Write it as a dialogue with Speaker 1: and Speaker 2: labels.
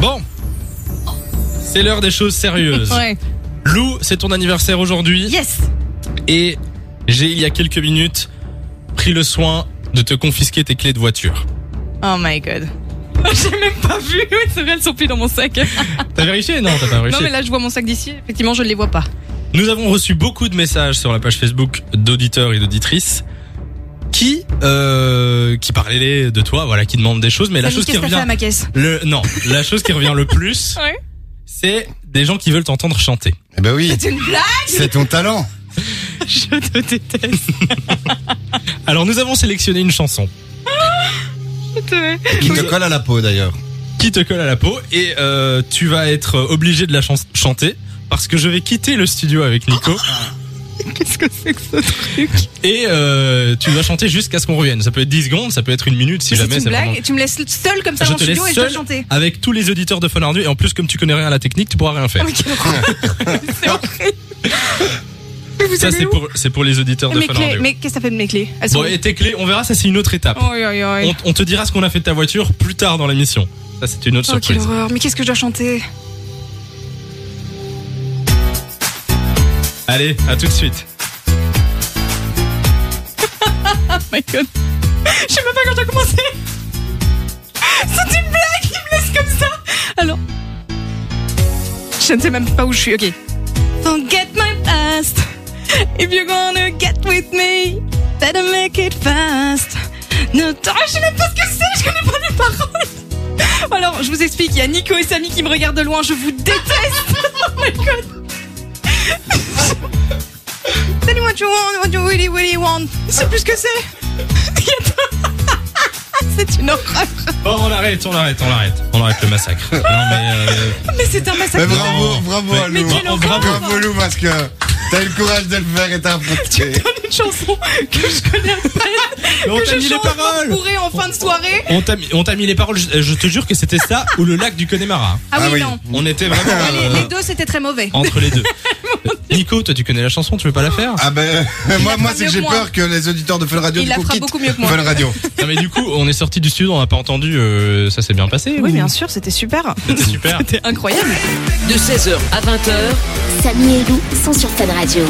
Speaker 1: Bon, c'est l'heure des choses sérieuses.
Speaker 2: Ouais.
Speaker 1: Lou, c'est ton anniversaire aujourd'hui
Speaker 2: Yes.
Speaker 1: et j'ai il y a quelques minutes pris le soin de te confisquer tes clés de voiture.
Speaker 2: Oh my god. J'ai même pas vu. Oui, c'est vrai, elles sont plus dans mon sac.
Speaker 1: T'as vérifié Non, t'as pas
Speaker 2: Non,
Speaker 1: vérifié.
Speaker 2: mais là, je vois mon sac d'ici. Effectivement, je ne les vois pas.
Speaker 1: Nous avons reçu beaucoup de messages sur la page Facebook d'auditeurs et d'auditrices qui euh, qui parlaient de toi, voilà, qui demandent des choses, mais la
Speaker 2: Samy,
Speaker 1: chose qui
Speaker 2: qu'est-ce que t'as fait
Speaker 1: revient
Speaker 2: à ma caisse
Speaker 1: le non, la chose qui revient le plus,
Speaker 2: Ouais.
Speaker 1: c'est des gens qui veulent t'entendre chanter.
Speaker 3: Eh ben oui,
Speaker 2: C'est une blague
Speaker 3: c'est ton talent.
Speaker 2: Je te déteste.
Speaker 1: Alors nous avons sélectionné une chanson
Speaker 3: Qui te colle à la peau d'ailleurs.
Speaker 1: qui te colle à la peau et euh, tu vas être obligé de la chan- chanter parce que je vais quitter le studio avec Nico
Speaker 2: Ah. Qu'est-ce que c'est que ça
Speaker 1: et euh, tu vas chanter jusqu'à ce qu'on revienne. Ça peut être 10 secondes, ça peut être une minute si
Speaker 2: C'est
Speaker 1: jamais
Speaker 2: une
Speaker 1: c'est
Speaker 2: blague
Speaker 1: vraiment-
Speaker 2: et tu me laisses seule comme ça
Speaker 1: Je
Speaker 2: dans
Speaker 1: te
Speaker 2: le studio
Speaker 1: laisse
Speaker 2: et je dois
Speaker 1: seule.
Speaker 2: chanter.
Speaker 1: avec tous les auditeurs de Fonardu et en plus comme tu connais rien à la technique, tu pourras rien
Speaker 2: Ah,
Speaker 1: faire.
Speaker 2: C'est horrible. Mais vous
Speaker 1: Ça
Speaker 2: allez
Speaker 1: c'est
Speaker 2: où
Speaker 1: pour c'est pour les auditeurs de
Speaker 2: Mes clés.
Speaker 1: Fonardu.
Speaker 2: Mais qu'est-ce que t'as fait de mes clés Elles sont
Speaker 1: Bon, et tes clés, on verra ça c'est une autre étape.
Speaker 2: Oh, oui, oui,
Speaker 1: On, on te dira ce qu'on a fait de ta voiture plus tard dans l'émission. Ça c'est une autre
Speaker 2: Oh, quelle
Speaker 1: surprise.
Speaker 2: horreur. Mais qu'est-ce que je dois chanter
Speaker 1: Allez, à tout de suite.
Speaker 2: Oh my god. Je sais même pas quand j'ai commencé. C'est une blague, il me laisse comme ça. Alors. Je ne sais même pas où je suis, ok. Don't get my past. If you're gonna get with me, better make it fast. No time. Je sais même pas ce que c'est, je connais pas les paroles. Alors, je vous explique, il y a Nico et Samy qui me regardent de loin, je vous déteste. Oh my god. Tell me what you want, what you really, really want. Je sais plus ce que c'est. C'est une horreur.
Speaker 1: Bon, on arrête, on arrête, on arrête. On arrête le massacre. Non mais euh,
Speaker 2: Mais c'est un massacre.
Speaker 3: Mais bravo, bravo à
Speaker 2: Mais
Speaker 3: Lou.
Speaker 2: quelle horreur.
Speaker 3: Bravo Lou parce que t'as eu le courage de le faire et t'as affronté.
Speaker 2: une chanson que je connais à peine,
Speaker 1: Mais on
Speaker 2: que
Speaker 1: t'a
Speaker 2: je
Speaker 1: mis les
Speaker 2: chante
Speaker 1: paroles.
Speaker 2: bourré en fin de soirée.
Speaker 1: On t'a mis, on t'a mis les paroles, je, je te jure que c'était ça ou le lac du Connemara.
Speaker 2: Ah,
Speaker 3: Ah
Speaker 2: oui,
Speaker 3: oui.
Speaker 2: non.
Speaker 1: On était vraiment
Speaker 2: Ah, Les,
Speaker 1: euh,
Speaker 2: les deux, c'était très mauvais.
Speaker 1: entre les deux. Euh, Nico, toi tu connais la chanson, tu veux pas la faire
Speaker 3: Ah ben moi,
Speaker 2: la
Speaker 3: moi
Speaker 2: fera
Speaker 3: c'est que
Speaker 2: mieux
Speaker 3: j'ai
Speaker 2: que moi.
Speaker 3: peur que les auditeurs de Fun Radio
Speaker 2: Il
Speaker 3: du
Speaker 2: la
Speaker 3: coup
Speaker 2: fera
Speaker 3: quittent
Speaker 2: beaucoup mieux que moi.
Speaker 3: Fun Radio.
Speaker 1: Non mais du coup, on est sorti du studio, on n'a pas entendu, euh, ça s'est bien passé ou-
Speaker 2: sûr, c'était super.
Speaker 1: C'était super.
Speaker 2: C'était incroyable.
Speaker 4: de 16h à 20h.
Speaker 5: Samy et Lou sont sur Fan Radio.